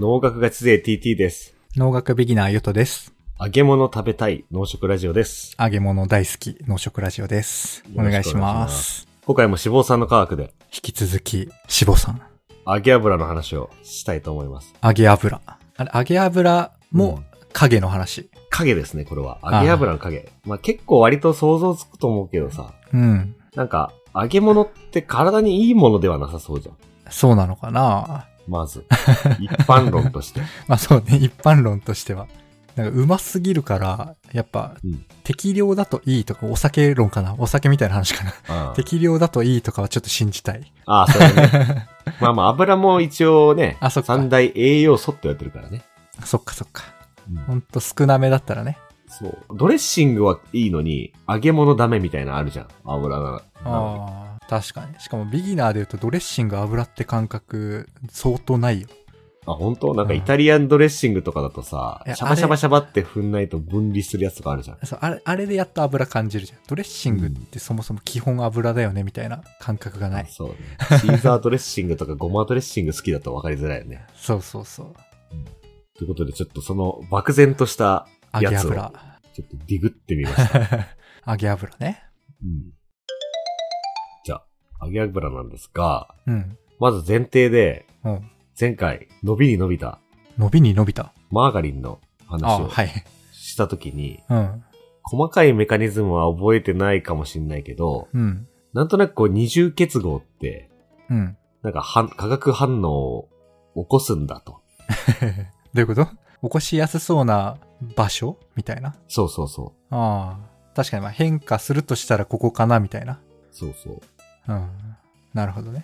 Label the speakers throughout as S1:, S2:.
S1: 農学が強い TT です。
S2: 農学ビギナーゆとです。
S1: 揚げ物食べたい農食ラジオです。
S2: 揚げ物大好き、農食ラジオです。お願いします。
S1: 今回も脂肪酸の科学で
S2: 引き続き、しぼさん。
S1: 揚げ油の話をしたいと思います。
S2: 揚げ油。あれ、揚げ油も影の話。
S1: 影ですね、これは。揚げ油の影。まあ結構割と想像つくと思うけどさ、
S2: うん。
S1: なんか揚げ物って体にいいものではなさそうじゃん。
S2: そうなのかな
S1: まず。一般論として。
S2: まあそうね、一般論としては。なんかうますぎるから、やっぱ
S1: うん、
S2: 適量だといいとか、お酒論かなお酒みたいな話かな。
S1: あ
S2: 適量だといいとかはちょっと信じたい。
S1: あー、それね。まあまあ油も一応ね
S2: あそ、っか
S1: 三大栄養素って言われてるからね。
S2: そっかそっか。
S1: うん
S2: ほんと少なめだったらね。
S1: そう。ドレッシングはいいのに、揚げ物ダメみたいなのあるじゃん。油が。
S2: ああ、確かに。しかもビギナーで言うとドレッシング油って感覚相当ないよ。
S1: あ、本当なんかイタリアンドレッシングとかだとさ、
S2: いや
S1: シャバシャバシャバって踏んないと分離するやつとかあるじゃん。
S2: そうあれあれでやっと油感じるじゃん。ドレッシングってそもそも基本油だよねみたいな感覚がない。
S1: そうね。シーザードレッシングとかゴマドレッシング好きだと分かりづらいよ ね。
S2: そうそうそう。
S1: ということで、ちょっとその漠然とした、
S2: 揚げ
S1: やつを
S2: 油。
S1: ちょっとディグってみました。
S2: 揚げ油ね。
S1: うんじゃあ、揚げ油なんですが、
S2: うん。
S1: まず前提で、
S2: うん。
S1: 前回、伸びに伸びた
S2: 伸びに伸びた。
S1: マーガリンの話
S2: あ
S1: を
S2: はい。
S1: したときに、
S2: うん。
S1: 細かいメカニズムは覚えてないかもしれないけど、
S2: うん。
S1: なんとなくこう二重結合って、
S2: うん。
S1: なんか反化学反応を起こすんだと。
S2: どういうこと起こしやすそうな場所みたいな。
S1: そうそうそ
S2: ああ。確かにまあ変化するとしたらここかなみたいな。
S1: う。そうそう。
S2: うん。なるほどね。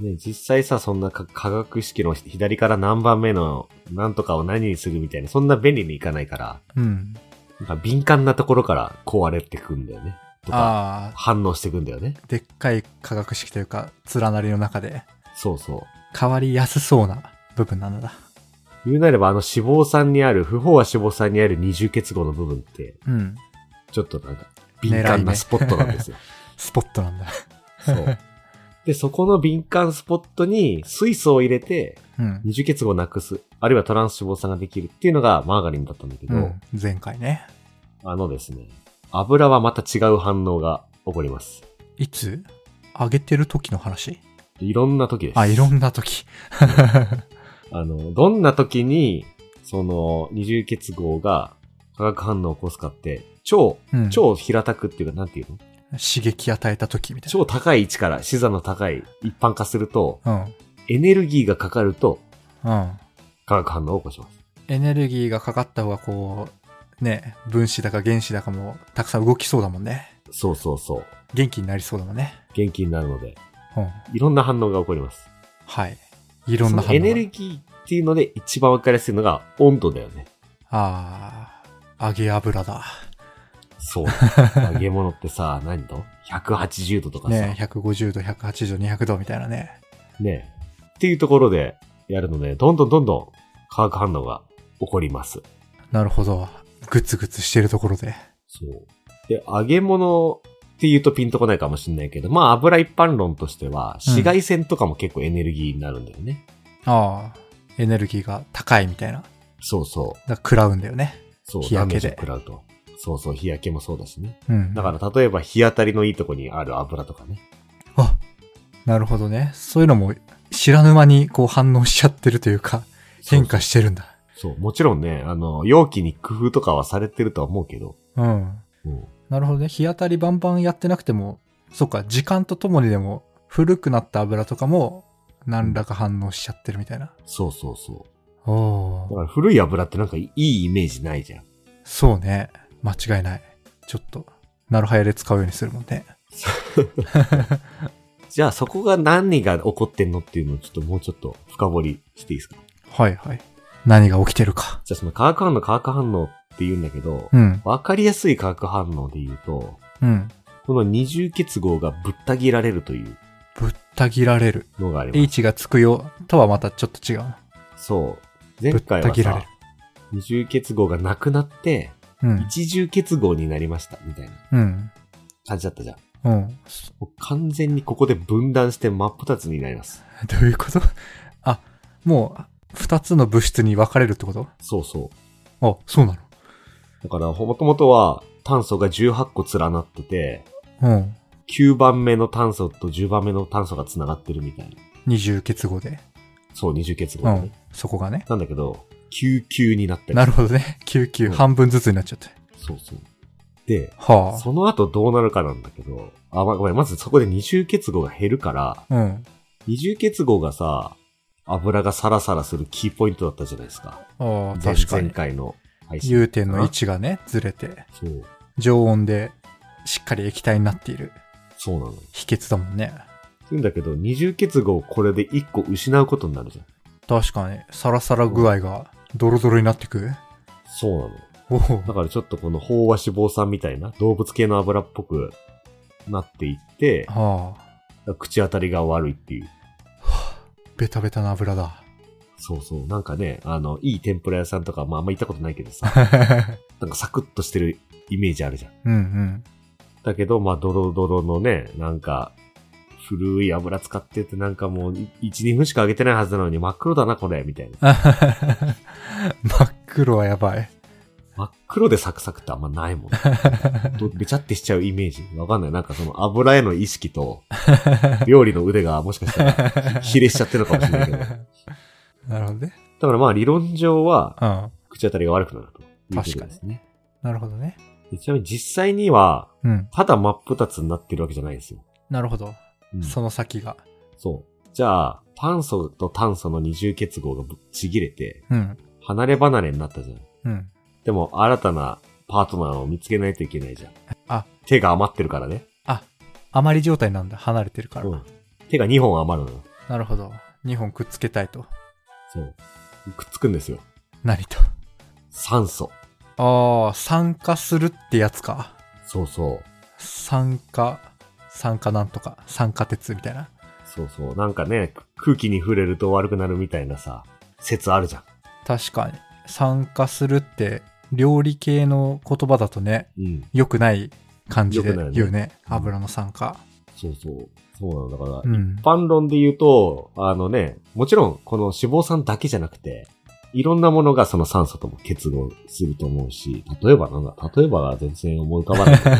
S1: ね、実際さ、そんなか化学式の左から何番目の何とかを何にするみたいな、そんな便利にいかないから、
S2: うん。
S1: なんか敏感なところから壊れてくんだよね。とか、
S2: ああ、
S1: 反応してくんだよね。
S2: でっかい化学式というか連なりの中で
S1: そうそう。
S2: 変わりやすそうな部分なのだ
S1: 言うなればあの脂肪酸にある、不飽和脂肪酸にある二重結合の部分って、
S2: うん
S1: ちょっとなんか敏感なスポットなんですよ。
S2: スポットなんだ
S1: そう。で、そこの敏感スポットに水素を入れて、
S2: うん、
S1: 二重結合をなくす、あるいはトランス脂肪酸ができるっていうのがマーガリンだったんだけど、
S2: うん、前回ね
S1: あのですね、油はまた違う反応が起こります。
S2: いつ上げてる時の話
S1: いろんな時です。
S2: あいろんな時
S1: あの、どんな時に、その、二重結合が化学反応を起こすかって、超、
S2: うん
S1: 超平たくっていうか、なんていうの
S2: 刺激与えた時みたい
S1: 超高い位置から、視座の高い一般化すると、
S2: な
S1: エネルギーがかかると
S2: うんうん
S1: 化学反応を起こします。
S2: エネルギーがかかった方がこうね分子だか原子だかもたくさん動きそうだもんね
S1: そうそうそう。
S2: 元気になりそうだもんね
S1: 元気になるので、
S2: うん
S1: いろんな反応が起こります。
S2: はいいろんな
S1: その
S2: 反応
S1: エ
S2: が
S1: ネルギーっていうので一番わかりやすいのが温度だよね。
S2: ああ揚げ油だ
S1: そう。揚げ物ってさ、何度 ?180 度とかさ。
S2: ね
S1: ね
S2: 150度、180度、200度みたいなね。
S1: えっていうところでやるので、どんどんどんどん化学反応が起こります。
S2: なるほど。グツグツしてるところで。
S1: そう。で、揚げ物って言うとピンとこないかもしれないけど、まあ油一般論としては、紫外線とかも結構エネルギーになるんだよね。
S2: ああ、エネルギーが高いみたいな。だか
S1: そうそう。
S2: ら食らうんだよね。
S1: そう、
S2: 日焼け
S1: ダメ
S2: で
S1: ージを食らうと。そうそう、日焼けもそうだしね。
S2: うん。
S1: だから例えば日当たりのいいとこにある油とかね。
S2: あ、なるほどね。そういうのも知らぬ間にこう反応しちゃってるというか、変化してるんだ。
S1: そう、もちろんね、あの、容器に工夫とかはされてるとは思うけど、
S2: うん。
S1: うん、
S2: なるほどね。日当たりバンバンやってなくても、そっか、時間とともにでも、古くなった油とかも、何らか反応しちゃってるみたいな。
S1: そうそうそう。だ
S2: おおー。
S1: から古い油ってなんかいいイメージないじゃん。
S2: そうね。間違いない。ちょっと、なるはやで使うようにするもんね。
S1: じゃあそこが何が起こってんのっていうのをちょっともうちょっと深掘りしていいですか
S2: はいはい。何が起きてるか。
S1: じゃあその化学反応、化学反応って言うんだけど、
S2: うん、
S1: わかりやすい化学反応で言うと、
S2: うん。
S1: この二重結合がぶった切られるという
S2: ぶった切られる。
S1: のがあります。
S2: H がつくよとはまたちょっと違う。
S1: そう。前回は
S2: ぶった切られ
S1: さ
S2: る、
S1: 二重結合がなくなって、
S2: うん、
S1: 一重結合になりました、みたいな
S2: うん、
S1: 感じだったじゃん。
S2: うん。
S1: もう完 全にここで分断して真っ二つになります。
S2: どういうことあ、もう、二つの物質に分かれるってこと
S1: そうそう。
S2: あ、そうな
S1: だから、もともとは炭素が18個連なってて、
S2: のうん。
S1: 9番目の炭素と10番目の炭素が繋がってるみたいな。
S2: 二重結合で。
S1: そう、二重結合
S2: う
S1: だね。
S2: ん。そこがね。
S1: なんだけど、99になったり。
S2: なるほどね。救急、
S1: うん
S2: 半分ずつになっちゃって。
S1: そうそう。で、
S2: は
S1: その後どうなるかなんだけど、あ、ま、ごめん、まずそこで二重結合が減るから、
S2: あ。うん。
S1: 二重結合がさ、油がサラサラするキーポイントだったじゃないですか。
S2: ああ、
S1: 前
S2: 確か
S1: 前
S2: に。
S1: 回の配信。
S2: 融点の位置がね、ずれて、
S1: そう。
S2: 常温でしっかり液体になっている
S1: そうなの。
S2: 秘訣だもんね。
S1: 言うんだけど、二重結合をこれで1個失うことになるじゃん。
S2: 確かに、サラサラ具合がドロドロになってく。
S1: そうなの。
S2: おお。
S1: だからちょっとこの飽和脂肪酸みたいな動物系の油っぽくなっていって、
S2: はあ、
S1: 口当たりが悪いっていう。
S2: ベタベタな 油だ。
S1: そうそう。なんかね、あの、いい天ぷら屋さんとか、まああんま行ったことないけどさ、なんかサクッとしてるイメージあるじゃん。
S2: うんうん。
S1: だけど、まあ、ドロドロのね、なんか、古い油使ってて、なんかもう、1、2分しか揚げてないはずなのに、真っ黒だな、これ、みたいな。
S2: 真っ黒はやば い。
S1: 真っ黒でサクサクってあんまないもん。どべちゃってしちゃうイメージ。わかんない。なんかその油への意識 と、料理の腕がもしかしたら、比例しちゃってるのかもしれないけど。だか
S2: なるほどね。
S1: らまあ、理論上は、
S2: うん。
S1: 口当たりが悪くなるということですね。
S2: なるほどね。
S1: でちなみに実際には、
S2: うん。
S1: ただ真っ二つになってるわけじゃないんですよ。
S2: なるほど。
S1: うん
S2: その先が。
S1: そう。じゃあ、炭素と炭素の二重結合がぶちぎれて、
S2: うん。
S1: 離れ離れになったじゃん。
S2: うん。
S1: でも、新たなパートナーを見つけないといけないじゃん。
S2: あ、
S1: 手が余ってるからね。
S2: あ、余り状態なんだ。離れてるから。
S1: うん。手が2本余るのよ。
S2: なるほど。2本くっつけたいと。
S1: そう。くっつくんですよ。
S2: 何と。
S1: 酸素。
S2: ああ、酸化するってやつか。
S1: そうそう。
S2: 酸化、酸化なんとか、酸化鉄みたいな。
S1: そうそう。なんかね、く空気に触れると悪くなるみたいなさ、説あるじゃん。
S2: 確かに。酸化するって、料理系の言葉だとね、
S1: うん。
S2: 良くない感じで
S1: 良くないね
S2: 言うね。油の酸化。
S1: そうそう。そうなの。だから、
S2: うん。
S1: 一般論で言うと、あのね、もちろんこの脂肪酸だけじゃなくて、いろんなものがその酸素とも結合すると思うし、例えばなんだ、例えばが全然思い浮かばないけど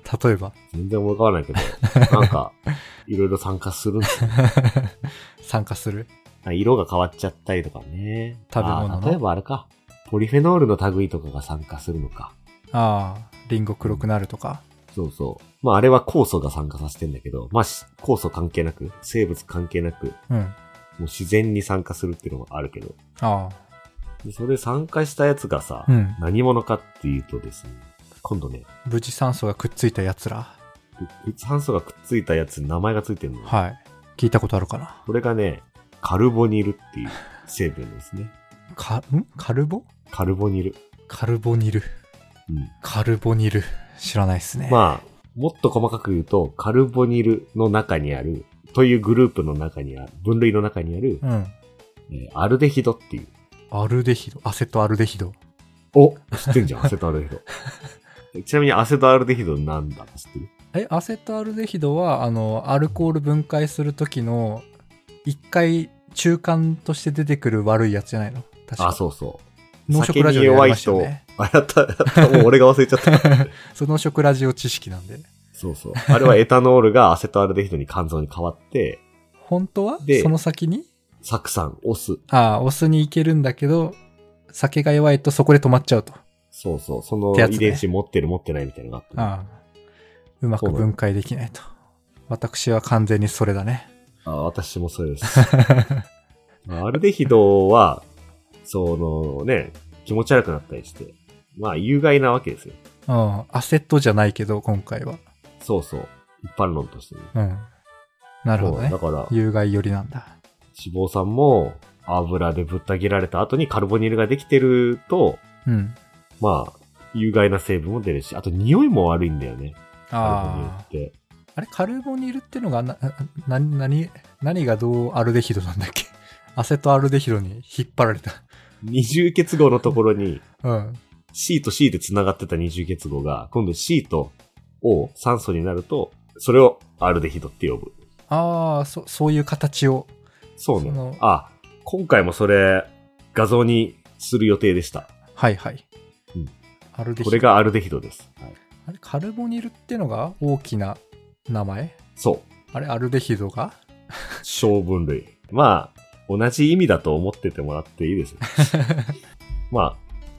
S1: さ
S2: 例えば、
S1: 全然思い浮かばないけど、なんか、いろいろ酸化するんですよ
S2: 酸化する。
S1: あ色が変わっちゃったりとかね。
S2: 食べ物の
S1: あ例えばあれか、ポリフェノールの類とかが酸化するのか。
S2: ああ、リンゴ黒くなるとか。
S1: そうそう。まああれは酵素が酸化させてんだけど、まあし酵素関係なく、生物関係なく、も
S2: うん。あ
S1: う自然に酸化するっていうのもあるけど、
S2: あ、
S1: で、それで酸化したやつがさ、
S2: うん。
S1: 何者かっていうとですね、今度ね、
S2: 無事酸素がくっついたやつら。
S1: く酸素がくっついたやつに名前がついてるのよ。
S2: はい。聞いたことあるかな。
S1: これがね、カルボニルっていう成分ですね。
S2: か、んカルボ
S1: カルボニル。
S2: カルボニル。
S1: うん。
S2: カルボニル。知らないっすね。
S1: まあ、もっと細かく言うと、カルボニルの中にある、というグループの中にある、分類の中にある、
S2: うん。
S1: えーアルデヒドっていう。
S2: アルデヒド。アセトアルデヒド。
S1: お知ってんじゃん、アセトアルデヒ ド。ちなみにアセトアルデヒドなんだか知ってる
S2: え、アセトアルデヒドは、あの、アルコール分解するときの、一回中間として出てくる悪いやつじゃないの確か
S1: あ、そうそう。
S2: 農食ラジオでやりましたよね。
S1: 酒に弱い人、あ、やった、やった、もう俺が忘れちゃった。
S2: その食ラジオ知識なんで。
S1: そうそう。あれはエタノールがアセトアルデヒドに肝臓に変わって、
S2: 本当は
S1: で
S2: その先に
S1: 酢酸、オス。
S2: ああ、お酢に行けるんだけど、酒が弱いとそこで止まっちゃうと。
S1: そうそう。その
S2: ってやつね
S1: 遺伝子持ってる持ってないみたいなのがあっ
S2: ああ。うまく分解できないと。私は完全にそれだね。
S1: た。あ私もそれ です。アルデヒドは、そのね、気持ち悪くなったりして、まあ有害なわけですよ。
S2: うん。アセットじゃないけど、今回は。
S1: そうそう。一般論としてね。
S2: うん。なるほどね
S1: そうだ。から、
S2: 有害寄りなんだ。
S1: 脂肪酸も油でぶった切られた後にカルボニルができてると、
S2: うん。
S1: まあ、有害な成分も出るし、あと匂いも悪いんだよね。カルボニル
S2: あ
S1: っ
S2: あ。
S1: て。
S2: あれ、カルボニルってのがな、 な、な、何、何がどうアルデヒドなんだっけ アセトアルデヒドに引っ張られた。
S1: 二重結合のところに、
S2: うん。
S1: C と C で繋がってた二重結合が、今度 C と O、酸素になると、それをアルデヒドって呼ぶ。
S2: ああ、そ、そういう形を。
S1: そう
S2: その
S1: ね。あ、今回もそれ、画像にする予定でした。
S2: はいはい。
S1: うん
S2: アルデヒ
S1: こ
S2: ド
S1: れがアルデヒドです。はい、
S2: あれ、カルボニルってのが大きな名前
S1: そう。
S2: あれ、アルデヒドが
S1: 小分類。まあ、同じ意味だと思っててもらっていいです。まあ、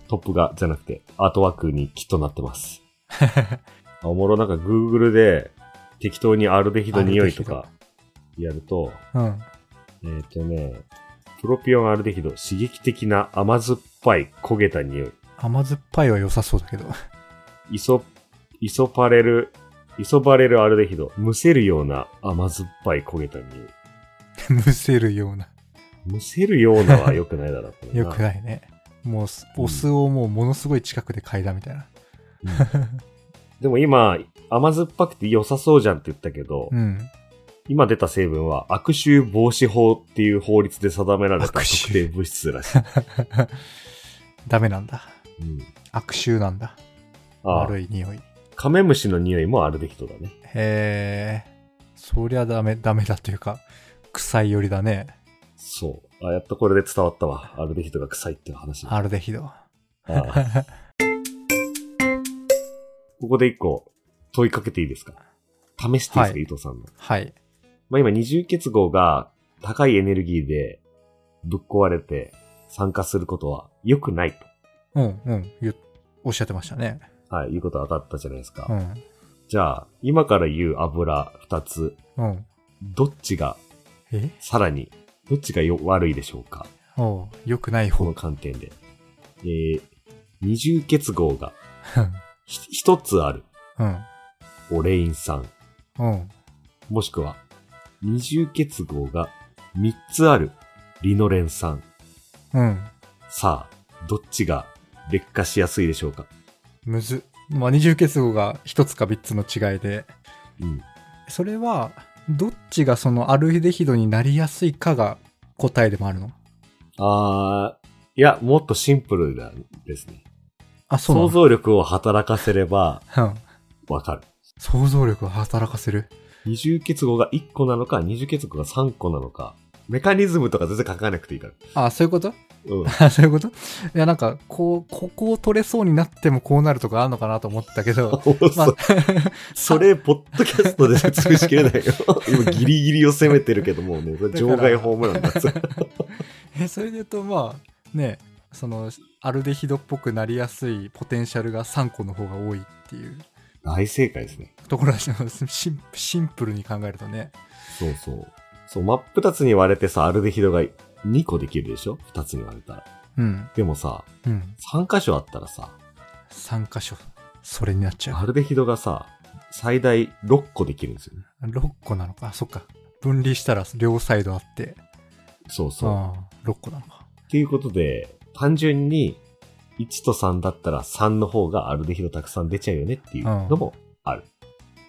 S1: トップがじゃなくて、アートワークにきっとなってます。あおもろなんか Google で適当にアルデヒド匂いとかやると、
S2: うん。
S1: えっ、とね、プロピオンアルデヒド、刺激的な甘酸っぱい焦げた匂い。
S2: 甘酸っぱいは良さそうだけど。
S1: イソ、イソパレル、イソバレルアルデヒド、むせるような甘酸っぱい焦げた匂い。
S2: むせるような。
S1: むせるようなは良くないだろ、こ れな
S2: よくないね。もうす、
S1: うん
S2: お酢をもうものすごい近くで嗅いだみたいな。
S1: でも今、甘酸っぱくて良さそうじゃんって言ったけど、
S2: うん。
S1: 今出た成分は悪臭防止法っていう法律で定められた
S2: 悪
S1: 特
S2: 臭
S1: 定物質 らしい。
S2: ダメなんだ。
S1: うん、
S2: 悪臭なんだ。
S1: ああ、
S2: 悪い匂い。
S1: カメムシの匂いもあるで人だね。
S2: へえ。そりゃダメ、ダメだというか、臭いよりだね。
S1: そう。あ、やっとこれで伝わったわ。あるで人が臭いっていう話。あ
S2: アルデヒド。
S1: あ ここで一個問いかけていいですか試していいですか、
S2: はい
S1: 伊藤さんの。
S2: はい。
S1: まあ、今二重結合が高いエネルギーでぶっ壊れて酸化することは良くない
S2: うんうん。言っおっしゃってましたね。
S1: と、はい、いうことは当たったじゃないですか。
S2: うん。
S1: じゃあ、今から言う油二つ、
S2: うん。
S1: どっちが
S2: え
S1: さらに、どっちがよ悪いでしょうか
S2: おう、良くない
S1: こ
S2: 方
S1: の観点で。えー、二重結合が
S2: うん
S1: ひ一つある
S2: うん。
S1: オレイン酸。
S2: うん。
S1: もしくは、二重結合が三つあるリノレン酸。
S2: うん。
S1: さあ、どっちが劣化しやすいでしょうか
S2: むず。まあ、二重結合が一つか三つの違いで、
S1: うん。
S2: それは、どっちがそのアルデヒドになりやすいかが答えでもあるの
S1: あー、いや、もっとシンプルなんですね。
S2: あ、そうな
S1: 想
S2: の
S1: 像力を働かせれば
S2: うん。
S1: わかる。
S2: 想像力を働かせる。
S1: 二重結合が1個なのか、二重結合が3個なのか、メカニズムとか全然書かなくていいから。
S2: あ、そういうこと
S1: うん。
S2: あそういうこといや、なんか、こう、ここを取れそうになってもこうなるとかあるのかなと思ったけど、まあ、
S1: それ、ポッドキャストで説明しきれないよ。 今、ギリギリを攻めてるけども うね、それ場外ホームランだ。
S2: えそれで言うとまあねそのアルデヒドっぽくなりやすいポテンシャルが3個の方が多いっていう
S1: 大正解ですね。
S2: ところらしいのシンシンプルに考えるとね
S1: そうそう。そう、真っ二つに割れてさ、アルデヒドが2個できるでしょ ?2 つに割れたら。
S2: うん
S1: でもさ、
S2: うん
S1: 3箇所あったらさ、
S2: 3箇所それになっちゃ
S1: アルデヒドがさ、最大6個できるんですよね。
S2: う6個なのかあそっか分離したら両サイドあって
S1: そうそう。
S2: ああ6個なのか
S1: っていうことで、単純に1と3だったら3の方がアルデヒドたくさん出ちゃうよねっていうのもある。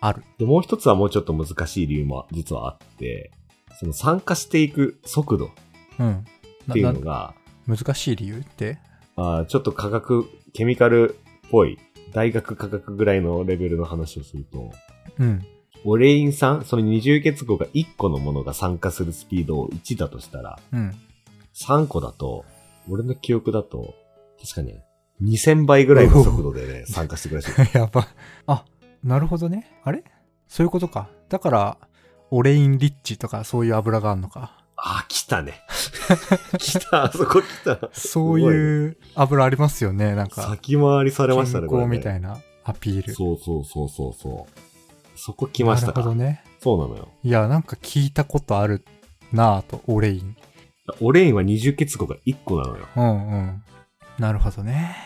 S2: ある
S1: で、もう一つはもうちょっと難しい理由も実はあって、その酸化していく速度
S2: うん
S1: っ
S2: な
S1: ていう
S2: な
S1: のが、
S2: 難しい理由って
S1: あーちょっと科学、ケミカルっぽい、大学科学ぐらいのレベルの話をすると、
S2: うん
S1: オレイン酸、その二重結合が1個のものが酸化するスピードを1だとしたら、
S2: うん
S1: 3個だと、俺の記憶だと、確かね、2000倍ぐらいの速度でね、参加してくれしい。
S2: やば。あ、なるほどね。あれそういうことか。だから、オレインリッチとかそういう油があるのか。
S1: あー、来たね。 来た、あそこ来た。
S2: そう
S1: う。
S2: いう油ありますよね。なんか、
S1: 先回りされましたね、これ、
S2: 健康
S1: ね。
S2: みたいなアピール。
S1: そうそうそうそうそう。そこ来ました
S2: なるほ
S1: か。
S2: どね。
S1: そうなのよ。
S2: いや、なんか聞いたことあるなぁと、オレイン。
S1: オレインは二重結合が1個なのよ。
S2: うんうん。なるほどね。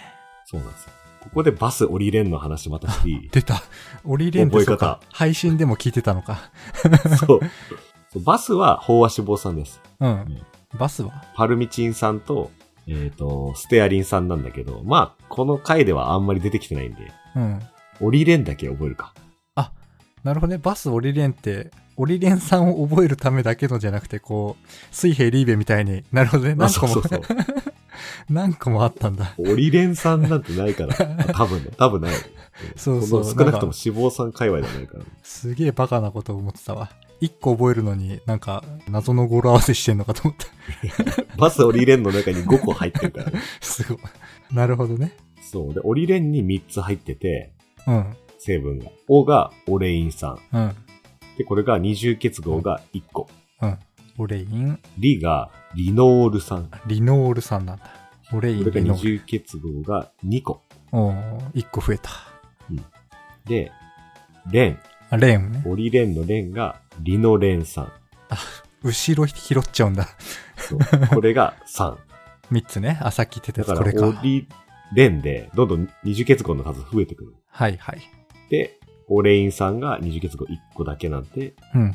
S1: そうなんですよ。ここでバス降りれんの話またしてい い
S2: 出た。オリレンってそう
S1: 覚
S2: か配信でも聞いてたのか。
S1: そうそう。バスは飽和脂肪酸です。
S2: うん。バスは
S1: パルミチン酸と、えっ、と、ステアリン酸なんだけど、まあ、この回ではあんまり出てきてないんで、
S2: うん。
S1: オリレンだけ覚えるか。
S2: なるほどね。バスオリレンって、オリレンさんを覚えるためだけのじゃなくて、こう、水平リーベみたいに、なるほどね。
S1: あ
S2: 何
S1: そ
S2: 個
S1: うそ
S2: も、
S1: うそう。
S2: 何個もあったんだ。
S1: オリレン酸なんてない から、あ多分ね、多分ない。
S2: そうそう
S1: この少な
S2: な
S1: く
S2: ん
S1: と
S2: か
S1: も脂肪酸界隈じゃないから。
S2: すげえバカなことを思ってたわ。一個覚えるのになんか謎の語呂合わせしてんのかと思った。
S1: バス降りれんの中に5個入ってるからね。
S2: すごい。なるほどね。
S1: そう。で、降りれんに3つ入ってて、
S2: うん。
S1: 成分が。O がオレイン酸。
S2: うん。
S1: で、これが二重結合が1個。
S2: うん。オレイン、
S1: リがリノール酸。
S2: リノール酸なんだ。オレイン、
S1: これが
S2: リノ
S1: 二
S2: ール。
S1: 重結合が2個。
S2: おー一個増えた。
S1: で、レン。
S2: あ、レーンね。
S1: オリレンのレンがリノレン酸。
S2: 後ろ拾っちゃうんだ。
S1: そう。これが酸。
S2: 三つね。あ、さっき言ってた
S1: だか
S2: やつ、これ
S1: ら、オ
S2: か。
S1: リレンで、どんどん二重結合の数増えてくる。
S2: はいはい。
S1: で、オレイン酸が二重結合1個だけなんで、
S2: うん。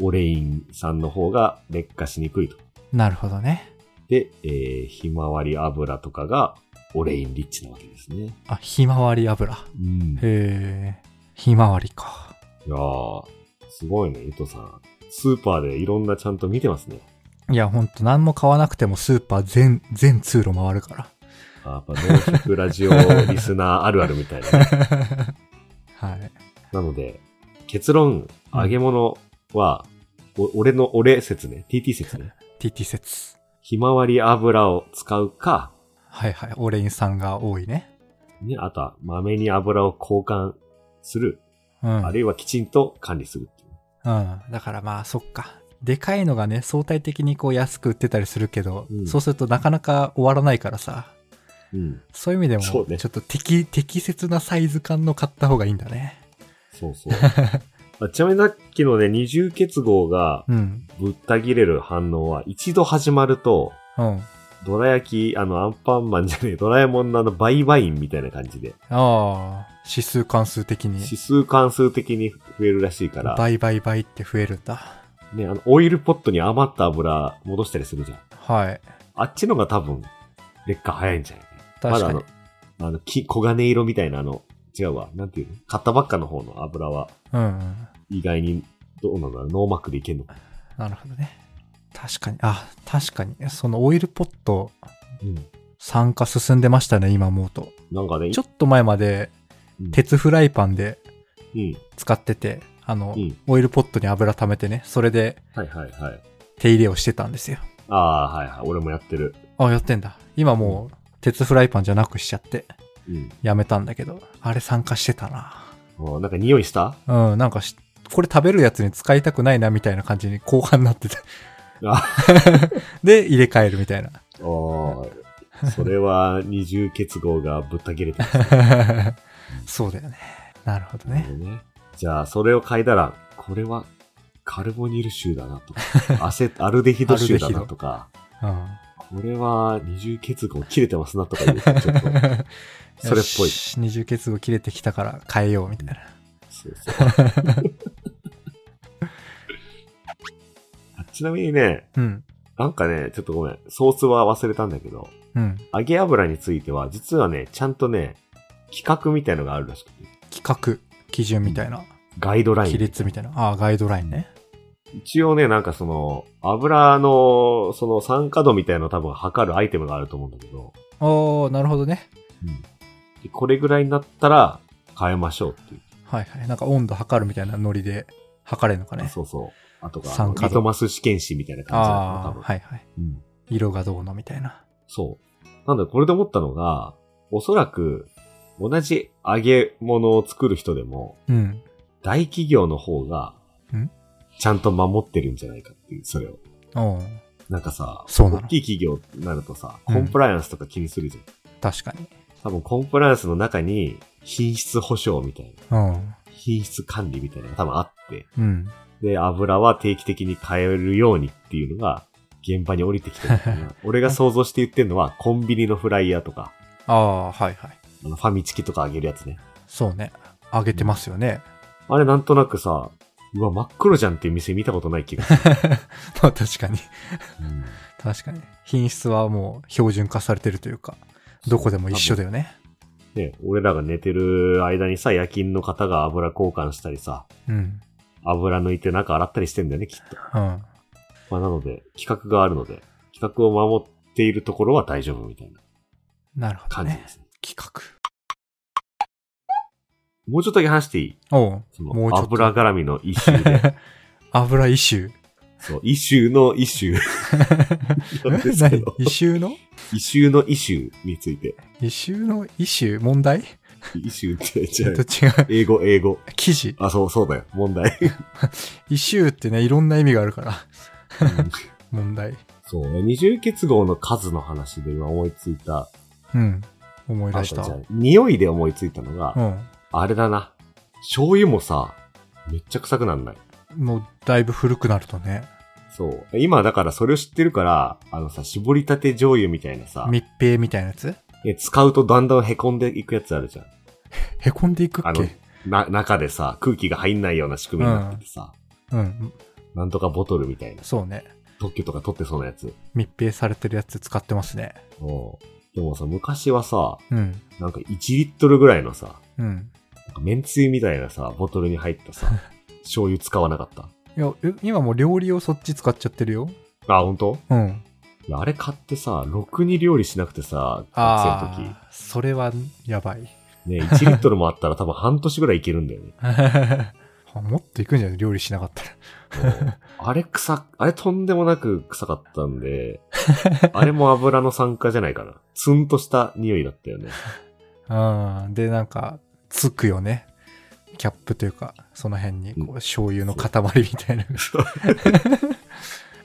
S1: オレイン酸の方が劣化しにくいと。
S2: なるほどね。
S1: で、えー、ひまわり油とかがオレインリッチなわけですね。
S2: あ、ひまわり油。
S1: うん。
S2: へえ。ひまわりか。
S1: いやー、すごいね、伊藤さん。スーパーでいろんなちゃんと見てますね。
S2: いや、ほんと、何も買わなくてもスーパー全、全通路回る から。
S1: あーやっぱ農食ラジオリスナーあるあるみたいなね。
S2: はい。
S1: なので、結論、揚げ物は、お俺の俺説ね、TT 説ね。
S2: TT 説。
S1: ひまわり油を使うか、
S2: はいはい。オレイン酸が多いね。
S1: ね、あとは豆に油を交換する、
S2: うん。
S1: あるいはきちんと管理するっていう。
S2: うん。だからまあ、そっか。でかいのがね、相対的にこう安く売ってたりするけど、
S1: うん
S2: そうするとなかなか終わらないからさ。
S1: うん。
S2: そういう意味でも、ち
S1: そ
S2: ょ
S1: うね
S2: っと適、適切なサイズ感の買った方がいいんだね。
S1: そう そう。あちなみにさっきのね、二重結合が
S2: うん。
S1: ぶった切れる反応は、一度始まると、
S2: うん。あ
S1: どら焼き、あの、アンパンマンじゃねえ、ドラえもんのあの、バイバインみたいな感じで、
S2: あ、指数関数的に、
S1: 指数関数的に増えるらしいから、
S2: 倍倍倍って増えるんだ。
S1: ね、あの、オイルポットに余った油戻したりするじゃん。
S2: はい。
S1: あっちのが多分、劣化早いんじゃないまだ
S2: 確か
S1: あ
S2: に。
S1: の、あの、き黄金色みたいなあの、違うわ、なんていうの買ったばっかの方の油は、
S2: うんうん。
S1: 意外に、どうなんだろう、ノーマックでいけんのか。
S2: なるほどね。確かに。あ、確かに。そのオイルポット、
S1: うん。
S2: 酸化進んでましたね、今思うと。
S1: なんかね、
S2: ちょっと前まで、
S1: うん
S2: 鉄フライパンで
S1: うん。
S2: 使ってて、あの、
S1: うん
S2: オイルポットに油溜めてね、それで
S1: はいはいはい。
S2: 手入れをしてたんですよ。
S1: ああ、はいはい。俺もやってる。
S2: あ、やってんだ。今もう、鉄フライパンじゃなくしちゃって、
S1: うん。
S2: やめたんだけど、あれ酸化してたな。
S1: もうなんか匂いした
S2: うん、なんかし、これ食べるやつに使いたくないな、みたいな感じに後半になってた。
S1: あ
S2: で、入れ替えるみたいな。
S1: おーそれは二重結合がぶった切れてます
S2: そうだよね。なるほど
S1: ね
S2: ね。
S1: じゃあ、それを嗅いだら、これはカルボニル臭だなと か、アセアルデヒド臭だなとか、
S2: うん。
S1: これは二重結合切れてますなとか言う と、ちょっと、 それっぽい
S2: よ。し二重結合切れてきたから変えようみたいな。
S1: そうそう あちなみにね、
S2: うん。
S1: なんかね、ちょっとごめん、ソースは忘れたんだけど、
S2: うん。
S1: 揚げ油については、実はね、ちゃんとね、規格みたいのがあるらしくて、
S2: 企画、基準みたいな。
S1: ガイドライ
S2: 規
S1: ン。
S2: 律みたいな。ああ、ガイドラインね。
S1: 一応ね、なんかその、油の、その酸化度みたいなのを多分測るアイテムがあると思うんだけど、
S2: おー、なるほどね。
S1: でこれぐらいになったら変えましょうっていう。
S2: はいはい。なんか温度測るみたいなノリで測れるのかね。
S1: そうそう。あとが、あ
S2: 酸
S1: の
S2: 化度
S1: リトマス試験紙みたいな感じだった
S2: あ
S1: 多
S2: あ、
S1: 分、
S2: はいはい。
S1: うん。
S2: 色がどうのみたいな。
S1: そう。なんで、これで思ったのが、おそらく、同じ揚げ物を作る人でも、
S2: うん。
S1: 大企業の方が
S2: ん、
S1: ちゃんと守ってるんじゃないかっていう、それを。
S2: おー
S1: なんかさ、
S2: そうなの
S1: 大きい企業になるとさ、
S2: うん
S1: コンプライアンスとか気にするじゃん。
S2: 確かに。
S1: 多分コンプライアンスの中に、品質保証みたいな、
S2: うん。
S1: 品質管理みたいなのが多分あって、
S2: うん。
S1: で、油は定期的に変えるようにっていうのが、現場に降りてきてるから な俺が想像して言ってるのは、コンビニのフライヤーとか、
S2: ああ、はいはい。
S1: あのファミチキとかあげるやつね。
S2: そうね。上げてますよね。
S1: あれなんとなくさ、うわ、真っ黒じゃんっていう店見たことない気 がする。
S2: まあ確かに。
S1: うん
S2: 確かに。品質はもう標準化されてるというか、どこでも一緒だよね。
S1: ね、俺らが寝てる間にさ、夜勤の方が油交換したりさ、
S2: うん。
S1: 油抜いて中洗ったりしてんだよね、きっと。
S2: うん。
S1: まあ、なので、規格があるので、規格を守っているところは大丈夫みたいな
S2: なるほど
S1: 感じで
S2: ね。
S1: すね。
S2: 企画。
S1: もうちょっとだけ話していい
S2: おう
S1: そ
S2: もう
S1: の
S2: ちょっと
S1: 油絡みの一周で。
S2: 油イシュー。
S1: そう、イシューのイシューなんですけど
S2: 何、異臭の
S1: イシューのイシューについて。
S2: 異臭の異臭問題
S1: イシューって、
S2: ち
S1: じゃ
S2: ょ
S1: あ
S2: っと違う。
S1: 英語、英語。
S2: 記事。
S1: あ、そう、そうだよ。問題。
S2: 異臭ってね、いろんな意味があるから。
S1: うん
S2: 問題。
S1: そうね。二重結合の数の話で今思いついた。
S2: うん。思い
S1: あ
S2: 出した。
S1: じゃあ匂いで思いついたのが、
S2: うん。
S1: あれだな。醤油もさ、めっちゃ臭くなんない。
S2: もう、だいぶ古くなるとね、
S1: そう。今だからそれを知ってるから、あのさ、絞りたて醤油みたいなさ、
S2: 密閉みたいなやつ
S1: え使うとだんだん凹んでいくやつあるじゃん。
S2: へこんでいくっ
S1: あの
S2: け、
S1: な、中でさ、空気が入んないような仕組みになっててさ、
S2: うん。
S1: なんとかボトルみたいな、
S2: そうね。
S1: 特許とか取ってそうなやつ。
S2: 密閉されてるやつ使ってますね。
S1: おでもさ、昔はさ、
S2: うん。
S1: なんか1リットルぐらいのさ、
S2: うん。
S1: なんか麺つゆみたいなさ、ボトルに入った さ、醤油使わなかった。
S2: いや、え今もう料理をそっち使っちゃってるよ。
S1: あ、ほんと
S2: うん。
S1: いやあれ買ってさ、ろくに料理しなくてさ、学
S2: あ
S1: 生の時。
S2: あ、それはやば い。
S1: ね、1リットルもあったら多分半年ぐらいいけるんだよね。
S2: もっといくんじゃない料理しなかったら。
S1: あれ臭、あれとんでもなく臭かったんで、あれも油の酸化じゃないかな。ツンとした匂いだったよね。
S2: うん。で、なんか、つくよね。キャップというか、その辺に、こう、醤油の塊みたい な。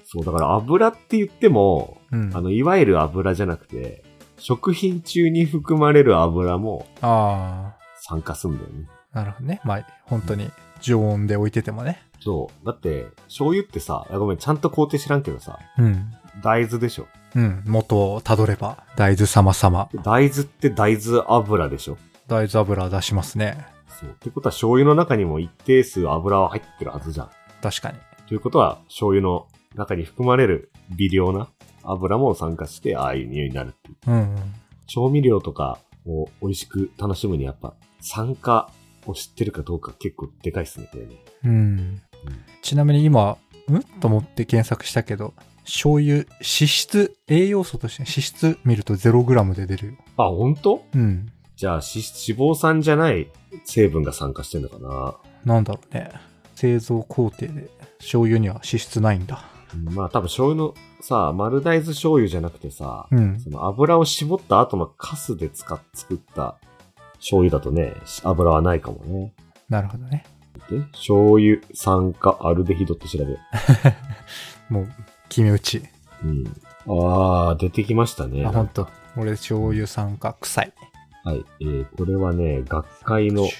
S1: そう、だから油って言っても、
S2: うん。
S1: あ
S2: あ
S1: の、いわゆる油じゃなくて、食品中に含まれる油も
S2: あ
S1: 酸化すんだよね。
S2: ー、なるほどね。まあ、本当に常温で置いててもね。
S1: そう。だって、醤油ってさ、あごめん、ちゃんと工程知らんけどさ、
S2: うん。
S1: 大豆でしょ。
S2: うん。元をたどれば、大豆様様。
S1: 大豆って大豆油でしょ。
S2: 大豆油出しますね。
S1: そう。ってことは醤油の中にも一定数油は入ってるはずじゃん。
S2: 確かに。
S1: ということは、醤油の中に含まれる微量な油も酸化して、ああいう匂いになるっていう。
S2: うん、うん。
S1: 調味料とかを美味しく楽しむにやっぱ、酸化を知ってるかどうか結構でかいっすね、これね。
S2: うん。ちなみに今、うんと思って検索したけど、醤油、脂質、栄養素として脂質見ると 0g で出るよ。
S1: あ、ほんと
S2: うん。
S1: じゃあ、脂質脂肪酸じゃない成分が酸化してんのかな。
S2: なんだろうね。製造工程で醤油には脂質ないんだ。
S1: うんまあ多分醤油のさ、丸大豆醤油じゃなくてさ、
S2: うん。
S1: その油を絞った後のカスで使っ作った醤油だとね、油はないかもね。
S2: なるほどね。
S1: で、醤油、酸化、アルデヒドって調べる。
S2: もう、決め打ち。
S1: うん。あー、出てきましたね。
S2: あ、ほんと。俺、醤油酸化臭い。
S1: はい。えー、これはね、学会の、学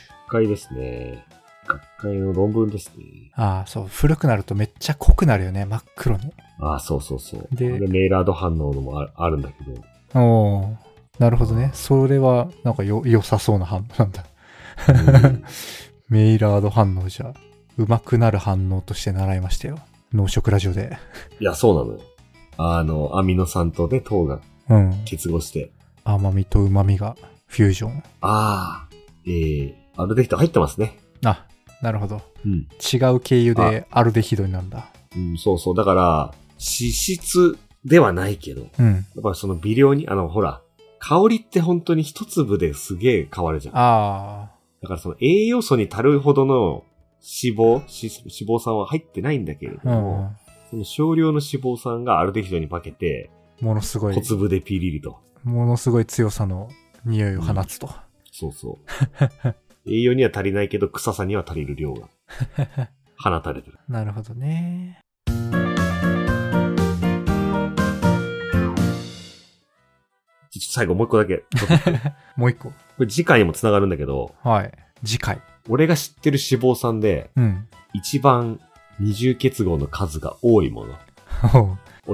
S1: 会ですね。学会の論文ですね。
S2: ああ、そう。古くなるとめっちゃ濃くなるよね。真っ黒に。
S1: あー、そうそうそう。
S2: で
S1: これメイラード反応のもああるんだけど。
S2: おお。なるほどね。それは、なんかよ、良さそうな反応なん
S1: う
S2: だ。
S1: ん
S2: メイラード反応じゃ、うまくなる反応として習いましたよ。農食ラジオで。
S1: いや、そうなのよ。あの、アミノ酸とね、糖が
S2: うん。
S1: 結合して。
S2: 甘みと旨みが、フュージョン。
S1: あー、えー、アルデヒド入ってますね。
S2: あ、なるほど。
S1: うん。
S2: 違う経由でアルデヒドになるんだ。
S1: うん、そうそう。だから、脂質ではないけど、や
S2: うん。
S1: っぱりその微量に、あの、ほら、香りって本当に一粒ですげえ変わるじゃん。
S2: あ
S1: だからその栄養素に足るほどの脂肪、脂脂肪酸は入ってないんだけれど
S2: あ、う
S1: も、
S2: ん。
S1: その少量の脂肪酸がアルデヒドに化けて、
S2: ものすご
S1: 小
S2: い、
S1: 粒でピリリと。
S2: ものすごい強さの匂いを放つと。
S1: そう そう。栄養には足りないけど、臭さには足りる量が放たれてる。
S2: なるほどね。
S1: ちょっと最後もう一個だけ。こ
S2: もう一個。
S1: れ次回にも繋がるんだけど、
S2: はい。次回。
S1: 俺が知ってる脂肪酸で、
S2: うん。
S1: 一番二重結合の数が多いもの
S2: おう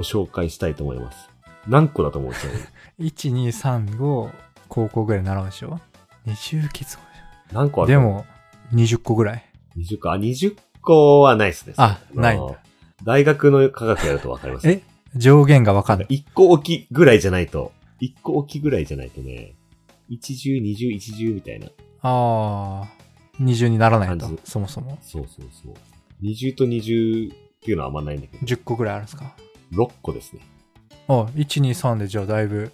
S1: を紹介したいと思います。何個だと思うちゃう
S2: 1235高校ぐらい習うでしょ20結合でし
S1: 何個あ
S2: ょ
S1: る
S2: でも20個ぐらい
S1: 20個、あ、20個はないですね。
S2: あ
S1: の
S2: ないんだ
S1: 大学の科学やるとわかります。
S2: え上限がわかんない
S1: 1個置きぐらいじゃないと、1個置きぐらいじゃないとね、一重、二重、一重みたいな。
S2: ああ20にならないと
S1: 感じ
S2: そもそも
S1: そうそうそう。二重と二重っていうのはあんまないんだけど、
S2: 10個ぐらいあるんですか
S1: 6個ですね。
S2: あ123でじゃあだいぶ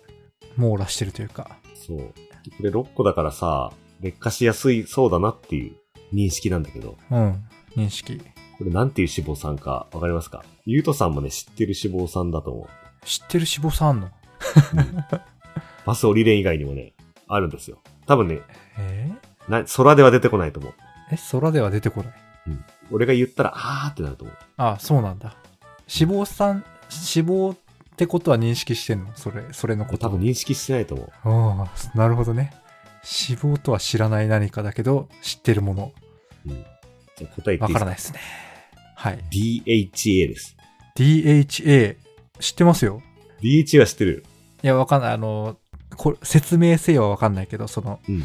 S2: 網羅してるというか
S1: そう。でこれ6個だからさ、劣化しやすいそうだなっていう認識なんだけど、
S2: うん認識
S1: これなんていう脂肪酸かわかりますかゆうとさんもね、知ってる脂肪酸だと思う。
S2: 知ってる脂肪酸あんの
S1: バス降りレン以外にもね、あるんですよ。多分ね、
S2: え
S1: な空では出てこないと思う。
S2: ー、え空では出てこない。
S1: 俺が言ったら、あーってなると思う。
S2: あそうなんだ。脂肪酸、脂肪ってことは認識してんのそれ、それの
S1: これ
S2: こと。
S1: 多分認識してないと思う。
S2: ああ、なるほどね。脂肪とは知らない何かだけど、知ってるもの。
S1: じゃあ答え言っ
S2: わ
S1: ていいです
S2: から
S1: か
S2: ないですね。はい。
S1: ?DHA です。
S2: DHA、知ってますよ。
S1: DHA は知ってる。
S2: いや、わかんない。あの、こ説明せよはわかんないけど、その、
S1: うん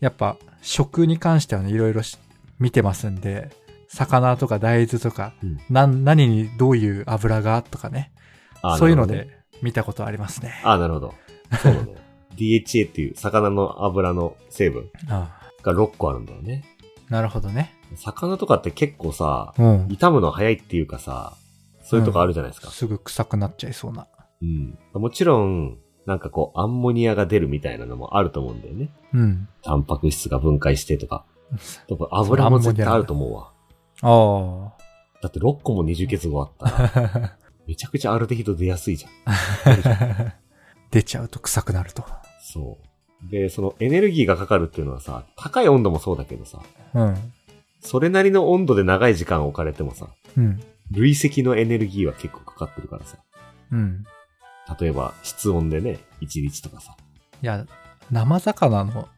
S2: やっぱ、食に関してはね、いろいろし見てますんで、魚とか大豆とか、
S1: うん
S2: なん何にどういう油がとかね、
S1: あー
S2: そういうの。
S1: なる
S2: で見たことありますね。
S1: ほどねあー、なるほど。そうだね。DHA っていう魚の油の成分
S2: ああ
S1: が6個あるんだよね。
S2: なるほどね。
S1: 魚とかって結構さ、
S2: うん。
S1: 傷むの早いっていうかさ、そういうとこあるじゃないですか。
S2: すぐ臭くなっちゃいそうな。
S1: うん。もちろん、なんかこう、アンモニアが出るみたいなのもあると思うんだよね。
S2: うん。
S1: タンパク質が分解してと か。多分
S2: そう
S1: 油も絶対あると思うわ。
S2: あ
S1: だって6個も二重結合あった ら、
S2: あ。
S1: めちゃくちゃアルデヒド出やすいじゃん。
S2: 出ちゃうと臭くなると。
S1: そう。で、そのエネルギーがかかるっていうのはさ、高い温度もそうだけどさ、
S2: うん。
S1: それなりの温度で長い時間置かれてもさ、
S2: うん。
S1: 累積のエネルギーは結構かかってるからさ。
S2: うん。
S1: 例えば、室温でね、1日とかさ。
S2: いや、生魚の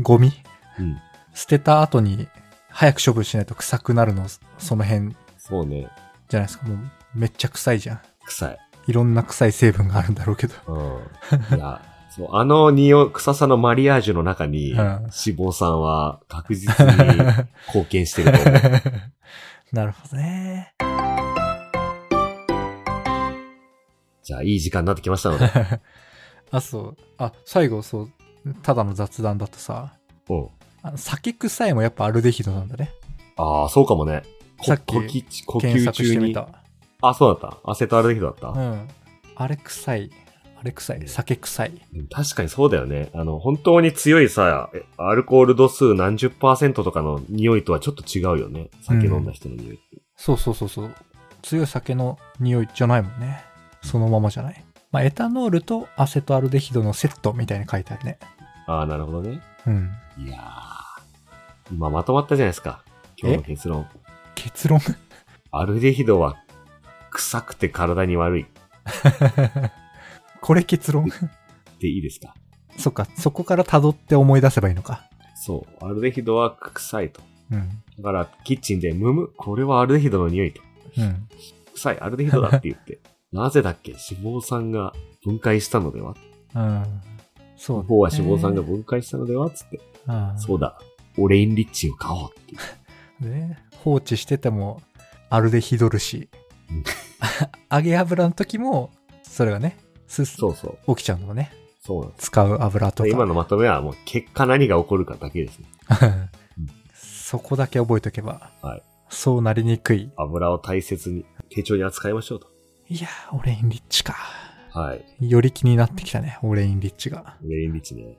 S2: ゴミ
S1: うん。
S2: 捨てた後に早く処分しないと臭くなるの、その辺じ
S1: そうね、
S2: ゃないですか。もうめっちゃ臭いじゃん。
S1: 臭い。
S2: いろんな臭い成分があるんだろう けど。
S1: うん。いや、 そう、あの匂い、臭さのマリアージュの中に、
S2: うん
S1: 脂肪酸は確実 に貢献してると思う
S2: なるほどね。
S1: じゃあ、いい時間になってきましたの で。
S2: あ、そう。あ、最後、そう。ただの雑談だとさ、
S1: うん。
S2: あの酒臭いもやっぱアルデヒドなんだね。
S1: ああ、そうかもね。こ
S2: さっき
S1: 呼吸呼
S2: 検
S1: 吸
S2: 索
S1: 中
S2: してみ
S1: に。
S2: た。
S1: あ、そうだった。アセトアルデヒドだった。
S2: うん。あれ臭い。あれ臭い。酒臭い。
S1: でも確かにそうだよね。あの、本当に強いさ、えアルコール度数何十パーセントとかの匂いとはちょっと違うよね。酒飲んだ人の匂いって。
S2: そうそうそうそう。強い酒の匂いじゃないもんね。そのままじゃない。まあ、エタノールとアセトアルデヒドのセットみたいに書いてあるね。
S1: ああ、なるほどね。
S2: うん。
S1: いやー。今まとまったじゃないですか。今日の結論。
S2: 結論
S1: アルデヒドは臭くて体に悪いっ
S2: これ結論
S1: ていいですか
S2: そっか、そこから辿って思い出せばいいのか。
S1: そう。アルデヒドは臭いと。
S2: うん。
S1: だから、キッチンで、むむ、これはアルデヒドの匂いと。
S2: うん。
S1: 臭い、アルデヒドだって言 って。なぜだっけ脂肪酸が分解したのでは
S2: うん。そう、
S1: 方は脂肪酸が分解したのではつって。
S2: が。うん。
S1: そうだ。俺インリッチを買おうっていう。
S2: ね。放置してても、アルデヒドるし
S1: うん。
S2: 揚げ油の時も、それがね、すす、
S1: そうそう。
S2: 起きちゃうのがね。
S1: そうなんで
S2: 使う油と
S1: す。
S2: か。
S1: 今のまとめはもう結果何が起こるかだけですね。
S2: そこだけ覚えとけば、
S1: はい
S2: そうなりにくい。
S1: 油を大切に、丁重に扱いましょうと。
S2: いやー、オレインリッチか。
S1: はい。
S2: より気になってきたね、オレインリッチが。
S1: 俺インリッチね。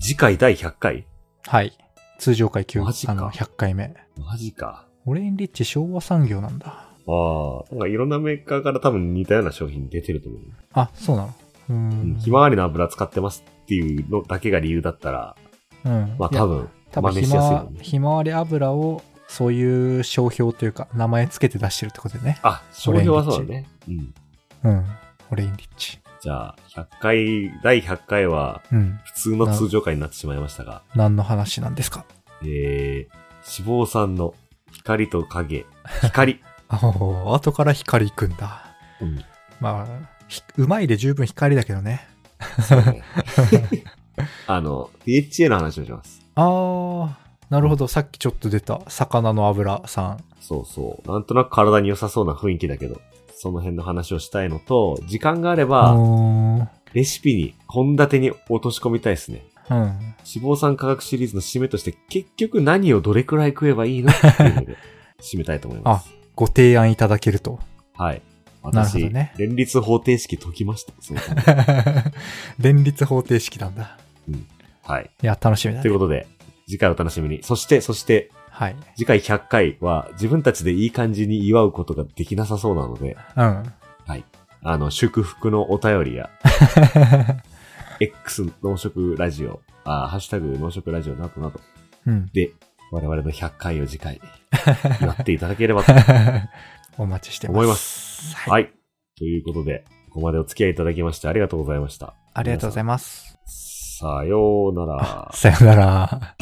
S1: 次回第100回
S2: はい。通常回級、あ
S1: マジか
S2: の、100回目。
S1: マジか。
S2: オレインリッチ昭和産業なんだ。
S1: ああ、なんかいろんなメーカーから多分似たような商品出てると思う。
S2: あ、そうなのうー
S1: うん
S2: ん。
S1: ひまわりの油使ってますっていうのだけが理由だったら、
S2: うん。
S1: まあ
S2: いや
S1: 多分、
S2: 多分
S1: 真似
S2: ひ
S1: し
S2: ま
S1: やすいも
S2: わ
S1: んね
S2: ひまわり油を、そういう商標というか、名前つけて出してるってことでね。
S1: あ、商標はそうだね。うん。
S2: うん。オレインリッチ。
S1: じゃあ、100回、第100回は、
S2: うん。
S1: 普通の通常回になってしまいましたが、
S2: 何の話なんですか
S1: えー、脂肪酸の光と影、 光。
S2: あおー後から光行くんだ。
S1: うん
S2: まあ、ひうまいで十分光だけどね。
S1: そうねあの、DHA の話をします。
S2: ああ、なるほど。さっきちょっと出た、魚の油さん。
S1: そうそう。なんとなく体に良さそうな雰囲気だけど、その辺の話をしたいのと、時間があれば、
S2: あ
S1: レシピに、献立に落とし込みたいですね。
S2: うん。
S1: 脂肪酸化学シリーズの締めとして、結局何をどれくらい食えばいいのっていうので、締めたいと思います。
S2: ご提案いただけると。
S1: はい。
S2: なるほ
S1: 私、
S2: どね
S1: 連立方程式解きました。そうそう
S2: 連立方程式なんだ。
S1: はい。
S2: いや、楽しみだ
S1: という
S2: ね。
S1: ことで、次回お楽しみに。そして、そして、
S2: はい。
S1: 次回100回は自分たちでいい感じに祝うことができなさそうなので、
S2: うん。
S1: あの、祝福のお便りや、X 農食ラジオ、あーハッシュタグ農食ラジオなどなど
S2: うん。
S1: で、我々の100回を次回、祝っていただければと。
S2: お待ちしてます。。
S1: 思います
S2: はい。
S1: はい。ということで、ここまでお付き合いいただきましてありがとうございました。
S2: ありがとうございます。
S1: さようなら。
S2: さよなら。